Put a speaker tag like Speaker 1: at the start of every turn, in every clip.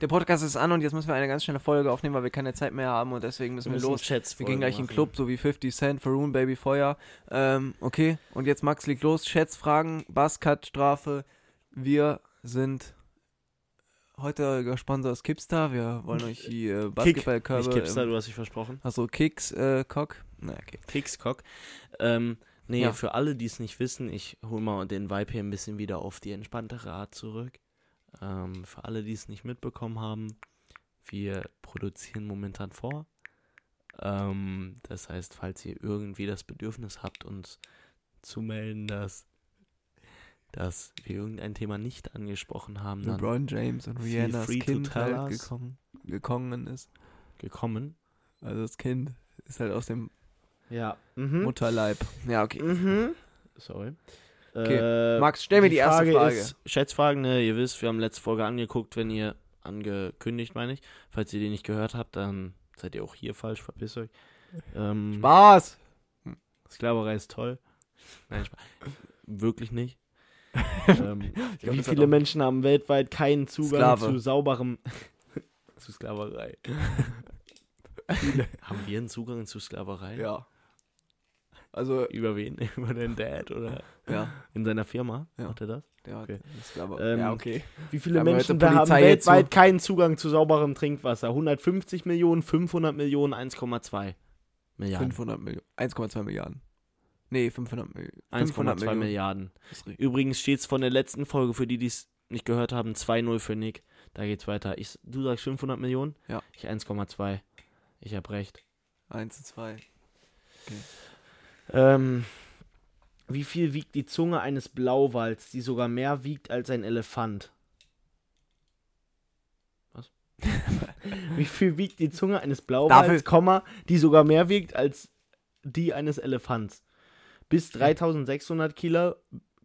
Speaker 1: der Podcast ist an und jetzt müssen wir eine ganz schnelle Folge aufnehmen, weil wir keine Zeit mehr haben und deswegen müssen wir,
Speaker 2: müssen
Speaker 1: los.
Speaker 2: Chats
Speaker 1: Wir gehen gleich in den
Speaker 2: machen.
Speaker 1: Club, so wie 50 Cent, Faroon, Baby Feuer. Ähm, okay, und jetzt Max liegt los. Chats, Fragen, Bass, Cut, Strafe. Wir sind heute Sponsor ist Kipster. Wir wollen euch die äh,
Speaker 2: Nicht
Speaker 1: Basketballkörbe.
Speaker 2: Kipster, du hast dich versprochen.
Speaker 1: Achso, Kicks, äh, Cock. Na, okay.
Speaker 2: Kickskock. Ähm, nee,
Speaker 1: Ja.
Speaker 2: für alle, die es nicht wissen, ich hole mal den Vibe hier ein bisschen wieder auf die entspanntere Art zurück. Ähm, für alle, die es nicht mitbekommen haben, wir produzieren momentan vor. Ähm, das heißt, falls ihr irgendwie das Bedürfnis habt, uns zu melden, dass, dass wir irgendein Thema nicht angesprochen haben, dann
Speaker 1: LeBron James und
Speaker 2: Feel
Speaker 1: Rihannas
Speaker 2: free to
Speaker 1: Kind
Speaker 2: tell
Speaker 1: halt
Speaker 2: us.
Speaker 1: gekommen, gekommen ist.
Speaker 2: gekommen.
Speaker 1: Also das Kind ist halt aus dem
Speaker 2: Ja. Mhm.
Speaker 1: Mutterleib. Ja, okay.
Speaker 2: Mhm. Sorry.
Speaker 1: Okay.
Speaker 2: Äh,
Speaker 1: Max, stell mir die, erste Frage.
Speaker 2: Ist, Schätzfragen, ne, ihr wisst, wir haben letzte Folge angeguckt, wenn ihr angekündigt, meine ich. Falls ihr die nicht gehört habt, dann seid ihr auch hier falsch, verpisst euch. Ähm,
Speaker 1: Spaß!
Speaker 2: Sklaverei ist toll. Nein, Spaß. Wirklich nicht.
Speaker 1: glaub,
Speaker 2: ähm, wie
Speaker 1: das hat
Speaker 2: viele
Speaker 1: auch-
Speaker 2: Menschen haben weltweit keinen Zugang
Speaker 1: Sklave.
Speaker 2: zu sauberem. zu Sklaverei. haben wir einen Zugang zu Sklaverei?
Speaker 1: Ja. Also,
Speaker 2: Über wen? Über den Dad oder
Speaker 1: ja.
Speaker 2: in seiner Firma?
Speaker 1: Ja.
Speaker 2: Macht er das?
Speaker 1: Der
Speaker 2: Okay.
Speaker 1: ist, aber,
Speaker 2: Ähm,
Speaker 1: ja, okay.
Speaker 2: Wie viele
Speaker 1: Da haben wir
Speaker 2: Menschen
Speaker 1: heute
Speaker 2: da haben
Speaker 1: Polizei hier
Speaker 2: weltweit
Speaker 1: zu.
Speaker 2: keinen Zugang zu sauberem Trinkwasser? 150 Millionen, 500 Millionen, 1,2 Milliarden.
Speaker 1: 500 Millionen. 1,2 Milliarden. Nee, 500 Millionen.
Speaker 2: 1,2 Milliarden. Übrigens steht es von der letzten Folge, für die, die es nicht gehört haben, 2-0 für Nick. Da geht's weiter. Ich, du sagst 500 Millionen?
Speaker 1: Ja.
Speaker 2: Ich 1,2. Ich hab recht.
Speaker 1: 1 zu 2.
Speaker 2: Ähm, wie viel wiegt die Zunge eines Blauwals, die sogar mehr wiegt als ein Elefant? Was? wie viel wiegt die Zunge eines Blauwals,
Speaker 1: Dafür-
Speaker 2: Komma, die sogar mehr wiegt als die eines Elefants? Bis 3600 Kilo,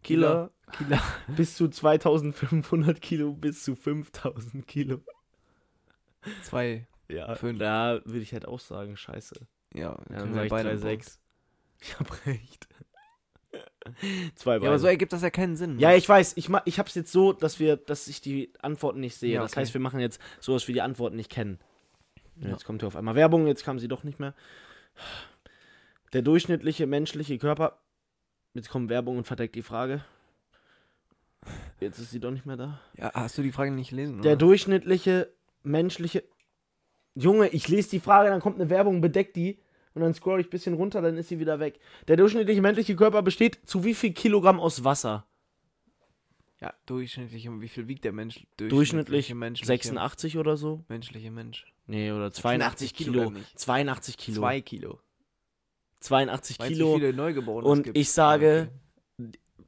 Speaker 2: Kilo,
Speaker 1: Killer.
Speaker 2: bis zu 2500 Kilo, bis zu 5000 Kilo.
Speaker 1: 2.
Speaker 2: Ja,
Speaker 1: Fünf.
Speaker 2: da würde ich halt auch sagen, scheiße.
Speaker 1: Ja,
Speaker 2: Ja,
Speaker 1: können wir
Speaker 2: dann sag ich
Speaker 1: beide einen
Speaker 2: 3,
Speaker 1: Punkt.
Speaker 2: 6. Ich hab recht. Zwei
Speaker 1: Ja, aber so
Speaker 2: beide.
Speaker 1: ergibt das ja keinen Sinn. ne?
Speaker 2: ja, ich weiß, ich, ma- ich hab's jetzt so, dass wir, dass ich die Antworten nicht sehe.
Speaker 1: Ja,
Speaker 2: Das
Speaker 1: okay.
Speaker 2: heißt, wir machen jetzt so, dass wir die Antworten nicht kennen. Und
Speaker 1: Ja.
Speaker 2: Jetzt kommt hier auf einmal Werbung, jetzt kam sie doch nicht mehr. Der durchschnittliche menschliche Körper. Jetzt kommt Werbung und verdeckt die Frage. Jetzt ist sie doch nicht mehr da.
Speaker 1: Ja, hast du die Frage nicht gelesen?
Speaker 2: Der
Speaker 1: oder?
Speaker 2: durchschnittliche menschliche. Junge, ich lese die Frage, dann kommt eine Werbung, bedeckt die und dann scroll ich ein bisschen runter, dann ist sie wieder weg. Der durchschnittliche menschliche Körper besteht zu wie viel Kilogramm aus Wasser?
Speaker 1: ja, durchschnittlich. Und Wie viel wiegt der Mensch?
Speaker 2: Durchschnittlich
Speaker 1: menschliche,
Speaker 2: 86 oder so?
Speaker 1: Menschliche Mensch.
Speaker 2: Nee, oder 82
Speaker 1: 86 Kilo,
Speaker 2: Kilo.
Speaker 1: oder nicht?
Speaker 2: 82 Kilo.
Speaker 1: 2 Kilo.
Speaker 2: 82
Speaker 1: Weißt du,
Speaker 2: Kilo.
Speaker 1: wie viele Neugeborene
Speaker 2: Und
Speaker 1: es gibt?
Speaker 2: ich sage-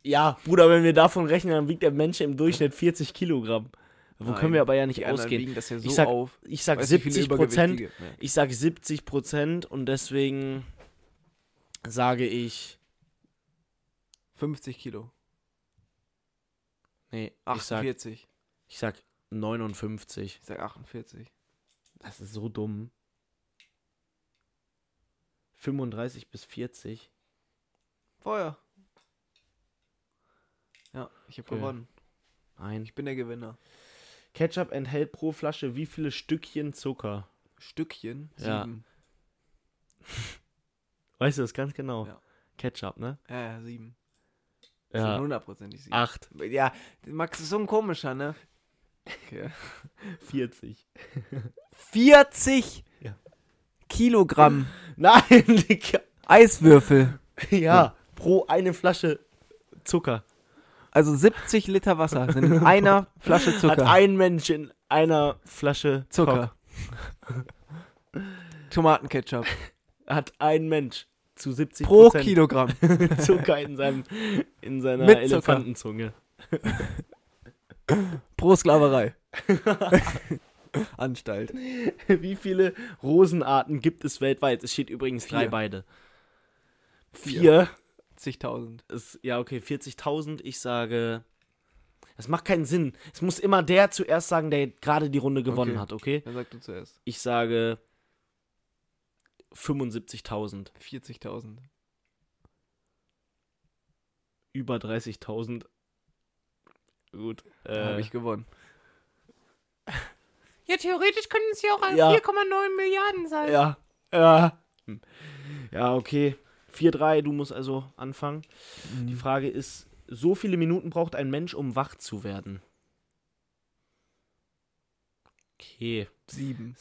Speaker 2: Ja, Bruder, wenn wir davon rechnen, dann wiegt der Mensch im Durchschnitt 40 Kilogramm. Wo
Speaker 1: Nein,
Speaker 2: können wir aber ja nicht
Speaker 1: Die anderen
Speaker 2: ausgehen.
Speaker 1: wiegen das ja so
Speaker 2: Ich sag-
Speaker 1: auf.
Speaker 2: Ich sag
Speaker 1: Weißt du, wie viele
Speaker 2: 70 Prozent.
Speaker 1: Übergewichtige? Nee.
Speaker 2: Ich sage 70 Prozent und deswegen sage ich.
Speaker 1: 50 Kilo.
Speaker 2: Nee, ich sag,
Speaker 1: 48.
Speaker 2: ich sag 59.
Speaker 1: Ich sag 48.
Speaker 2: Das ist so dumm. 35 bis 40.
Speaker 1: Feuer. Ja, ich habe
Speaker 2: Okay.
Speaker 1: gewonnen.
Speaker 2: Nein.
Speaker 1: Ich bin der Gewinner.
Speaker 2: Ketchup enthält pro Flasche wie viele Stückchen Zucker?
Speaker 1: Stückchen.
Speaker 2: Ja.
Speaker 1: Sieben.
Speaker 2: Weißt du das ganz genau?
Speaker 1: Ja.
Speaker 2: Ketchup, ne?
Speaker 1: Ja, ja, sieben. Schon Hundertprozentig sieben.
Speaker 2: Acht.
Speaker 1: Ja, Max ist so ein komischer, ne? Okay.
Speaker 2: 40.
Speaker 1: 40
Speaker 2: Ja.
Speaker 1: Kilogramm
Speaker 2: Nein, Digga.
Speaker 1: Eiswürfel.
Speaker 2: Ja, pro eine Flasche Zucker.
Speaker 1: Also 70 Liter Wasser sind in einer Flasche
Speaker 2: Hat
Speaker 1: Zucker.
Speaker 2: ein Mensch in einer Flasche
Speaker 1: Zucker. Tomatenketchup.
Speaker 2: Coke- Hat ein Mensch zu 70
Speaker 1: Pro Kilogramm.
Speaker 2: Zucker in, seinem, in seiner
Speaker 1: Mit Zucker.
Speaker 2: Elefantenzunge.
Speaker 1: Pro Sklaverei. Anstalt.
Speaker 2: Wie viele Rosenarten gibt es weltweit? Es steht übrigens drei
Speaker 1: Vier.
Speaker 2: beide.
Speaker 1: Vier.
Speaker 2: Vier.
Speaker 1: 70.000.
Speaker 2: Ist, ja, okay, 40.000. Ich sage. Es macht keinen Sinn. Es muss immer der zuerst sagen, der gerade die Runde gewonnen
Speaker 1: Okay.
Speaker 2: hat, okay?
Speaker 1: Dann sag du zuerst.
Speaker 2: Ich sage 75.000.
Speaker 1: 40.000.
Speaker 2: Über 30.000. Gut.
Speaker 1: Da
Speaker 2: Äh,
Speaker 1: habe ich gewonnen.
Speaker 3: Ja, theoretisch können es ja auch
Speaker 2: Ja.
Speaker 3: 4,9 Milliarden sein.
Speaker 2: Ja. Ja. Hm. Ja, okay. 4-3, du musst also anfangen. Die Frage ist, so viele Minuten braucht ein Mensch, um wach zu werden? Okay.
Speaker 1: Sieben.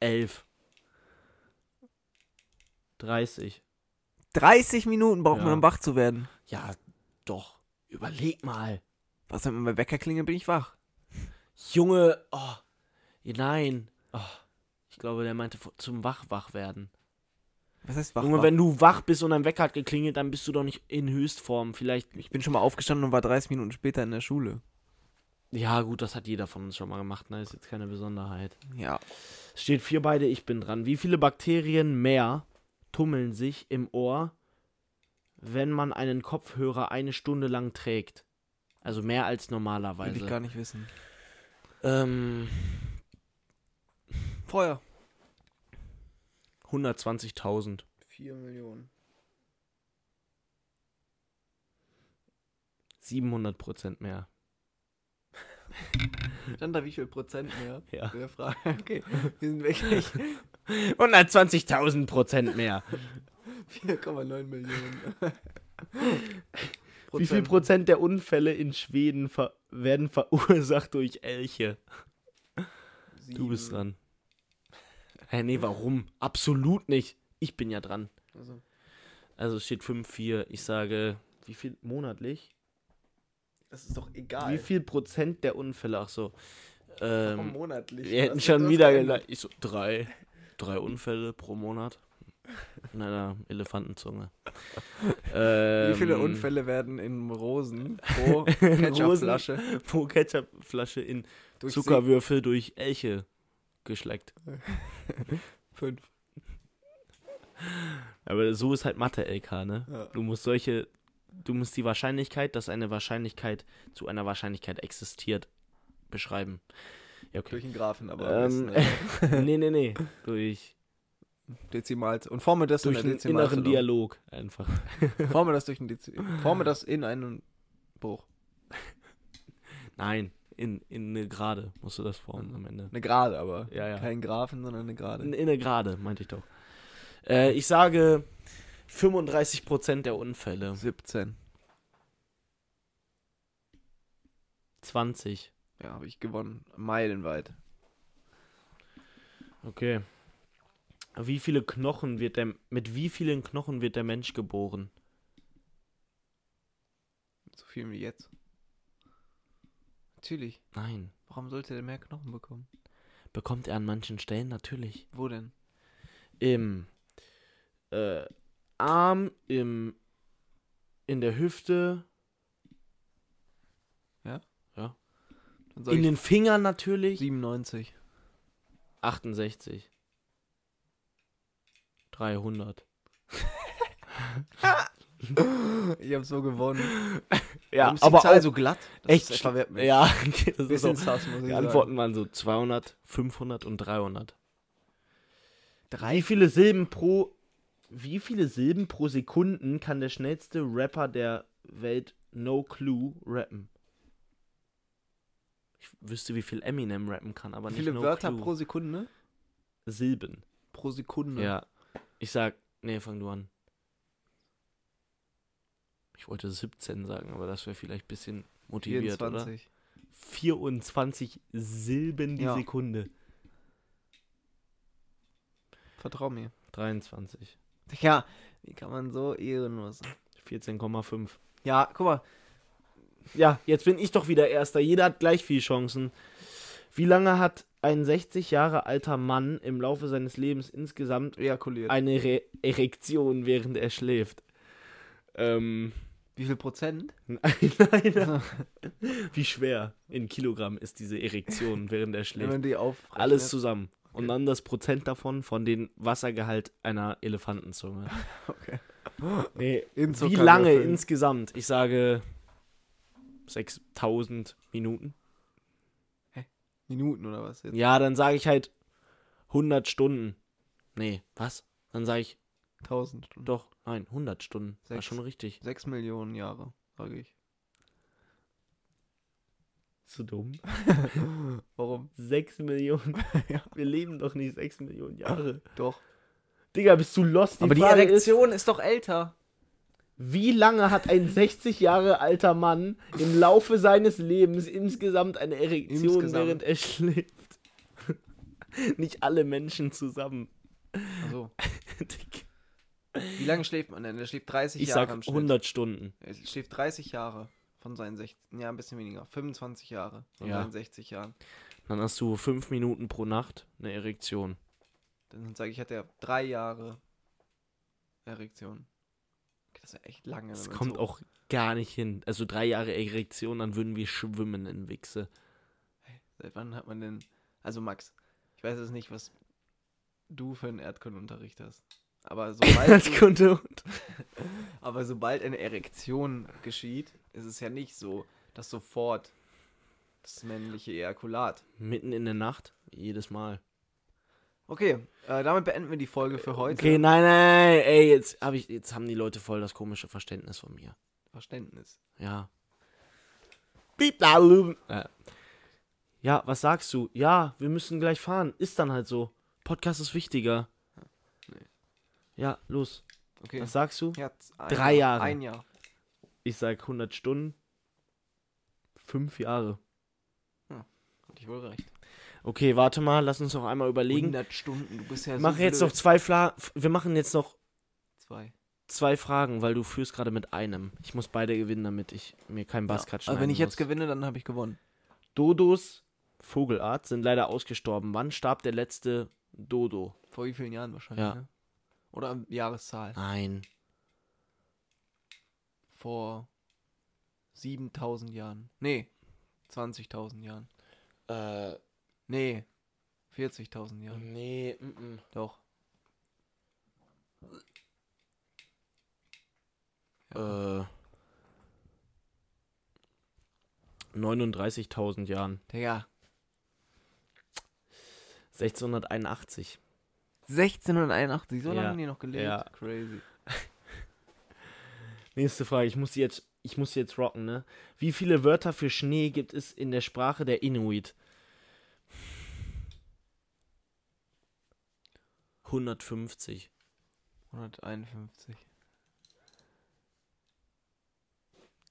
Speaker 2: Elf. 30.
Speaker 1: 30 Minuten braucht
Speaker 2: Ja.
Speaker 1: man, um wach zu werden.
Speaker 2: Ja, doch. Überleg mal.
Speaker 1: Was, wenn man bei Wecker klingelt, bin ich wach.
Speaker 2: Junge. Oh. Nein. Oh. Ich glaube, der meinte vo- zum Wach-Wach werden.
Speaker 1: Was heißt wach?
Speaker 2: Junge,
Speaker 1: wach?
Speaker 2: wenn du wach bist und dein Wecker hat geklingelt, dann bist du doch nicht in Höchstform. Vielleicht.
Speaker 1: ich bin schon mal aufgestanden und war 30 Minuten später in der Schule.
Speaker 2: Ja, gut, das hat jeder von uns schon mal gemacht. Ne? Ist jetzt keine Besonderheit.
Speaker 1: Ja.
Speaker 2: Es Steht vier beide, ich bin dran. Wie viele Bakterien mehr tummeln sich im Ohr, wenn man einen Kopfhörer eine Stunde lang trägt? Also mehr als
Speaker 1: Will ich
Speaker 2: normalerweise.
Speaker 1: gar nicht wissen.
Speaker 2: Ähm,
Speaker 1: Feuer.
Speaker 2: 120.000.
Speaker 1: 4 Millionen.
Speaker 2: 700 Prozent mehr.
Speaker 1: Dann da wie viel Prozent mehr?
Speaker 2: Ja.
Speaker 1: Der Frage. Okay, wir sind wirklich
Speaker 2: 120.000 Prozent mehr.
Speaker 1: 4,9 Millionen.
Speaker 2: Wie viel Prozent der Unfälle in Schweden ver werden verursacht durch Elche? Du bist dran. Hä, nee, warum? Absolut nicht. Ich bin ja dran.
Speaker 1: Also,
Speaker 2: Also es steht 5-4. Ich sage, wie viel monatlich?
Speaker 1: das ist doch egal.
Speaker 2: Wie viel Prozent der Unfälle? Ach so. Ähm,
Speaker 1: monatlich.
Speaker 2: wir hätten
Speaker 1: Was
Speaker 2: schon
Speaker 1: hat
Speaker 2: wieder
Speaker 1: das
Speaker 2: gele- Ich so, drei. Drei Unfälle pro Monat. In einer Elefantenzunge.
Speaker 1: denn?
Speaker 2: ähm,
Speaker 1: Wie viele Unfälle werden in Rosen pro Ketchupflasche
Speaker 2: Pro Ketchupflasche in
Speaker 1: durch
Speaker 2: Zuckerwürfel durch Elche geschleckt.
Speaker 1: Fünf.
Speaker 2: Aber so ist halt Mathe-LK, ne?
Speaker 1: Ja.
Speaker 2: Du musst solche, du musst die Wahrscheinlichkeit, dass eine Wahrscheinlichkeit zu einer Wahrscheinlichkeit existiert, beschreiben. Ja, okay.
Speaker 1: Durch den Graphen, aber am
Speaker 2: Ähm,
Speaker 1: besten,
Speaker 2: nee, nee, nee. Durch,
Speaker 1: äh, Dezimal. Und forme das
Speaker 2: durch
Speaker 1: in ein
Speaker 2: einen inneren
Speaker 1: Dezimalzerlung.
Speaker 2: Dialog einfach.
Speaker 1: Forme das durch ein Dezi Forme das in einen Bruch.
Speaker 2: Nein, in, in eine Gerade musst du das formen am Ende.
Speaker 1: Eine Gerade, aber.
Speaker 2: Ja, ja.
Speaker 1: Kein Graphen, sondern eine Gerade.
Speaker 2: In, in eine Gerade, meinte ich doch. Äh, ich sage 35% der Unfälle.
Speaker 1: 17.
Speaker 2: 20.
Speaker 1: Ja, habe ich gewonnen. Meilenweit.
Speaker 2: Okay. Wie viele Knochen wird der, mit wie vielen Knochen wird der Mensch geboren?
Speaker 1: So viel wie jetzt. Natürlich.
Speaker 2: Nein.
Speaker 1: Warum sollte der mehr Knochen bekommen?
Speaker 2: Bekommt er an manchen Stellen natürlich.
Speaker 1: Wo denn?
Speaker 2: Im äh, Arm, im, in der Hüfte,
Speaker 1: Dann
Speaker 2: in
Speaker 1: ich
Speaker 2: den Fingern natürlich.
Speaker 1: 97.
Speaker 2: 68. 300.
Speaker 1: Ich habe so gewonnen.
Speaker 2: Ja,
Speaker 1: Warum ist die
Speaker 2: aber
Speaker 1: Zahl
Speaker 2: auch
Speaker 1: so glatt.
Speaker 2: echt
Speaker 1: ist
Speaker 2: schla-
Speaker 1: verwirrt mich.
Speaker 2: Ja, okay, das ist
Speaker 1: Bisschen
Speaker 2: auch,
Speaker 1: sass, muss ich
Speaker 2: die
Speaker 1: sagen.
Speaker 2: Antworten waren so 200, 500 und 300. Wie viele Silben pro Wie viele Silben pro Sekunden kann der schnellste Rapper der Welt No Clue rappen? Ich wüsste, wie viel Eminem rappen kann, aber
Speaker 1: Wie
Speaker 2: nicht
Speaker 1: viele
Speaker 2: no
Speaker 1: Wörter
Speaker 2: Clue.
Speaker 1: pro Sekunde?
Speaker 2: Silben.
Speaker 1: Pro Sekunde.
Speaker 2: Ja. Ich sag, nee, fang du an. Ich wollte 17 sagen, aber das wäre vielleicht ein bisschen motiviert, 24. oder?
Speaker 1: 24.
Speaker 2: 24 Silben die
Speaker 1: Ja.
Speaker 2: Sekunde.
Speaker 1: Vertrau mir.
Speaker 2: 23.
Speaker 1: Ja, wie kann man so ehrenlos sein?
Speaker 2: 14,5.
Speaker 1: Ja, guck mal.
Speaker 2: Ja, jetzt bin ich doch wieder Erster. Jeder hat gleich viel Chancen. Wie lange hat ein 60 Jahre alter Mann im Laufe seines Lebens insgesamt
Speaker 1: Ejakuliert.
Speaker 2: eine Re Erektion, während er schläft? Ähm,
Speaker 1: Wie viel Prozent?
Speaker 2: nein, nein. Wie schwer in Kilogramm ist diese Erektion, während er
Speaker 1: Wenn
Speaker 2: schläft?
Speaker 1: man die auf.
Speaker 2: Alles zusammen. Und
Speaker 1: Okay.
Speaker 2: dann das Prozent davon von dem Wassergehalt einer Elefantenzunge.
Speaker 1: Okay.
Speaker 2: Nee,
Speaker 1: In
Speaker 2: wie
Speaker 1: Zuckerwürfeln.
Speaker 2: lange insgesamt? Ich sage 6000 Minuten.
Speaker 1: Minuten oder was jetzt?
Speaker 2: Ja, dann sage ich halt 100 Stunden. Nee, was? Dann sage ich
Speaker 1: 1000 Stunden.
Speaker 2: doch, nein, 100 Stunden. War
Speaker 1: Sechs.
Speaker 2: schon richtig.
Speaker 1: 6 Millionen Jahre, sage ich.
Speaker 2: du dumm?
Speaker 1: Warum?
Speaker 2: Sechs Millionen.
Speaker 1: Ja.
Speaker 2: Wir leben doch nicht sechs Millionen Jahre.
Speaker 1: Doch.
Speaker 2: Digga, bist du lost?
Speaker 1: Aber die
Speaker 2: Frage
Speaker 1: Erektion ist doch älter.
Speaker 2: Wie lange hat ein 60 Jahre alter Mann im Laufe seines Lebens insgesamt eine Erektion,
Speaker 1: Insgesamt.
Speaker 2: während er schläft? Nicht alle Menschen zusammen.
Speaker 1: Also,
Speaker 2: Digga.
Speaker 1: wie lange schläft man denn? Der schläft 30
Speaker 2: Ich
Speaker 1: Jahre
Speaker 2: sag
Speaker 1: am Schnitt.
Speaker 2: 100 Stunden.
Speaker 1: Er schläft 30 Jahre von seinen 16, ja, ein bisschen weniger, 25 Jahre von
Speaker 2: Ja.
Speaker 1: seinen 60 Jahren.
Speaker 2: Dann hast du 5 Minuten pro Nacht eine Erektion.
Speaker 1: Dann sage ich, hat er drei Jahre Erektion. Okay, das ist ja echt lange.
Speaker 2: Das
Speaker 1: wenn man
Speaker 2: kommt
Speaker 1: so-
Speaker 2: auch gar nicht hin. Also drei Jahre Erektion, dann würden wir schwimmen in Wichse.
Speaker 1: Seit wann hat man denn. Also, Max, ich weiß jetzt nicht, was du für einen Erdkundeunterricht hast. Aber sobald,
Speaker 2: Als
Speaker 1: du,
Speaker 2: Kunde und
Speaker 1: aber sobald eine Erektion geschieht, ist es ja nicht so, dass sofort das männliche Ejakulat.
Speaker 2: mitten in der Nacht, jedes Mal.
Speaker 1: Okay, äh, damit beenden wir die Folge für heute.
Speaker 2: Okay, nein, nein, ey, jetzt, hab ich, jetzt haben die Leute voll das komische Verständnis von mir.
Speaker 1: Verständnis.
Speaker 2: Ja. Piep, da, blum. Äh. Ja, was sagst du? Ja, wir müssen gleich fahren. Ist dann halt so. Podcast ist wichtiger.
Speaker 1: Nee.
Speaker 2: Ja, los.
Speaker 1: Okay.
Speaker 2: Was sagst du?
Speaker 1: Ja, z- ein
Speaker 2: Drei
Speaker 1: Jahr,
Speaker 2: Jahre.
Speaker 1: Ein Jahr.
Speaker 2: Ich sag 100 Stunden. Fünf Jahre.
Speaker 1: Hatte ich wohl recht.
Speaker 2: Okay, warte mal, lass uns noch einmal überlegen.
Speaker 1: 100 Stunden, du bist ja so
Speaker 2: Mach jetzt noch
Speaker 1: blöd.
Speaker 2: zwei Fla Wir machen jetzt noch
Speaker 1: zwei.
Speaker 2: zwei Fragen, weil du führst gerade mit einem. Ich muss beide gewinnen, damit ich mir keinen Baskat
Speaker 1: Aber Also wenn ich jetzt
Speaker 2: muss.
Speaker 1: gewinne, dann habe ich gewonnen.
Speaker 2: Dodos Vogelart sind leider ausgestorben. Wann starb der letzte Dodo?
Speaker 1: Vor wie vielen Jahren wahrscheinlich,
Speaker 2: Ja.
Speaker 1: ne? Oder an Jahreszahl.
Speaker 2: Nein.
Speaker 1: Vor 7000 Jahren. Nee, 20.000 Jahren.
Speaker 2: Äh,
Speaker 1: Nee, 40.000 Jahren.
Speaker 2: nee,
Speaker 1: Doch.
Speaker 2: Äh. 39.000 Jahren.
Speaker 1: Digga,
Speaker 2: 1681.
Speaker 1: 1681, so
Speaker 2: Ja,
Speaker 1: lange haben die noch gelebt.
Speaker 2: ja.
Speaker 1: Crazy.
Speaker 2: Nächste Frage, ich muss die jetzt, ich muss die jetzt rocken, ne? Wie viele Wörter für Schnee gibt es in der Sprache der Inuit? 150.
Speaker 1: 151.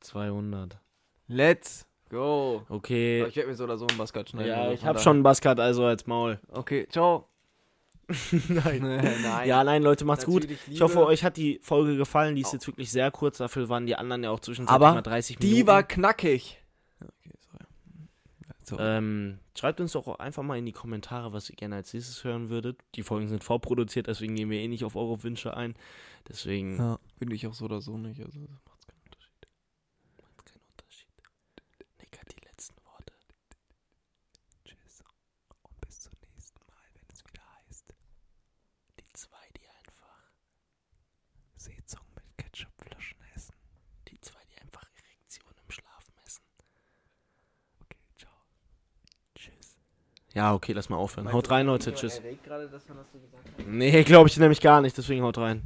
Speaker 2: 200.
Speaker 1: Let's go.
Speaker 2: Okay.
Speaker 1: Aber ich werde mir so oder so einen Baskat schneiden.
Speaker 2: ja,
Speaker 1: also
Speaker 2: ich
Speaker 1: von
Speaker 2: hab
Speaker 1: daher.
Speaker 2: schon Baskat also als Maul.
Speaker 1: Okay, ciao.
Speaker 2: Nein.
Speaker 1: Nein.
Speaker 2: Ja, nein, Leute, macht's gut.
Speaker 1: Natürlich
Speaker 2: Ich hoffe,
Speaker 1: Liebe.
Speaker 2: euch hat die Folge gefallen. Die ist jetzt wirklich sehr kurz. Dafür waren die anderen ja auch zwischenzeitlich
Speaker 1: Aber
Speaker 2: mal 30 Minuten.
Speaker 1: Die war knackig. Äh, Okay, sorry. So.
Speaker 2: Ähm, schreibt uns doch auch einfach mal in die Kommentare, was ihr gerne als nächstes hören würdet. Die Folgen sind vorproduziert, deswegen gehen wir eh nicht auf eure Wünsche ein. Deswegen
Speaker 1: ja, finde ich auch so oder so nicht. Also das macht's keinen Unterschied.
Speaker 2: macht keinen Unterschied. Nick hat die letzten Worte.
Speaker 1: Tschüss. Und bis zum nächsten Mal, wenn es wieder heißt.
Speaker 2: Die zwei, die einfach,
Speaker 1: Seezungen mit Ketchupflaschen essen.
Speaker 2: die zwei, die einfach Erektion im Schlaf messen.
Speaker 1: Okay, ciao. Tschüss.
Speaker 2: Ja, okay, lass mal aufhören. Haut rein, Leute. Tschüss.
Speaker 1: gerade, dass man das so gesagt hat?
Speaker 2: Nee, glaube ich nämlich gar nicht, deswegen haut rein.